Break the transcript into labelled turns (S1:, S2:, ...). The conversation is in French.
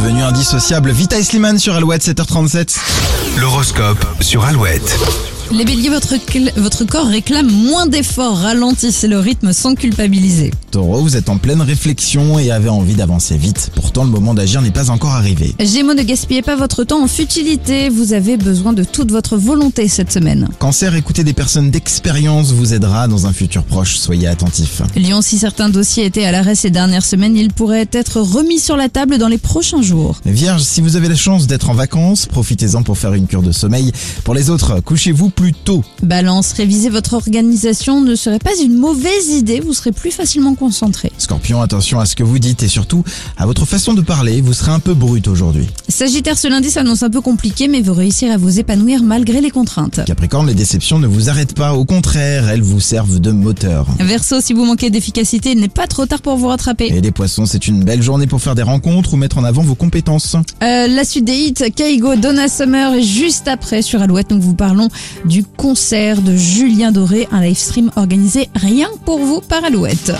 S1: devenu indissociable. Vita Slimane sur Alouette, 7h37.
S2: L'horoscope sur Alouette.
S3: Les béliers, votre, cl- votre corps réclame moins d'efforts, ralentissez le rythme sans culpabiliser.
S1: Taureau, vous êtes en pleine réflexion et avez envie d'avancer vite. Pourtant, le moment d'agir n'est pas encore arrivé.
S3: Gémeaux, ne gaspillez pas votre temps en futilité, vous avez besoin de toute votre volonté cette semaine.
S1: Cancer, écouter des personnes d'expérience vous aidera dans un futur proche. Soyez attentifs.
S3: Lyon, si certains dossiers étaient à l'arrêt ces dernières semaines, ils pourraient être remis sur la table dans les prochains jours.
S1: Vierge, si vous avez la chance d'être en vacances, profitez-en pour faire une cure de sommeil. Pour les autres, couchez-vous plus tôt.
S3: Balance, réviser votre organisation ne serait pas une mauvaise idée, vous serez plus facilement concentré.
S1: Scorpion, attention à ce que vous dites et surtout à votre façon de parler. Vous serez un peu brut aujourd'hui.
S3: Sagittaire, ce lundi s'annonce un peu compliqué, mais vous réussirez à vous épanouir malgré les contraintes.
S1: Capricorne, les déceptions ne vous arrêtent pas. Au contraire, elles vous servent de moteur.
S3: Verseau, si vous manquez d'efficacité, il n'est pas trop tard pour vous rattraper.
S1: Et les poissons, c'est une belle journée pour faire des rencontres ou mettre en avant vos compétences.
S3: Euh, la suite des hits, Kaigo, Donna Summer, et juste après sur Alouette, nous vous parlons du concert de Julien Doré, un live stream organisé rien que pour vous par Alouette.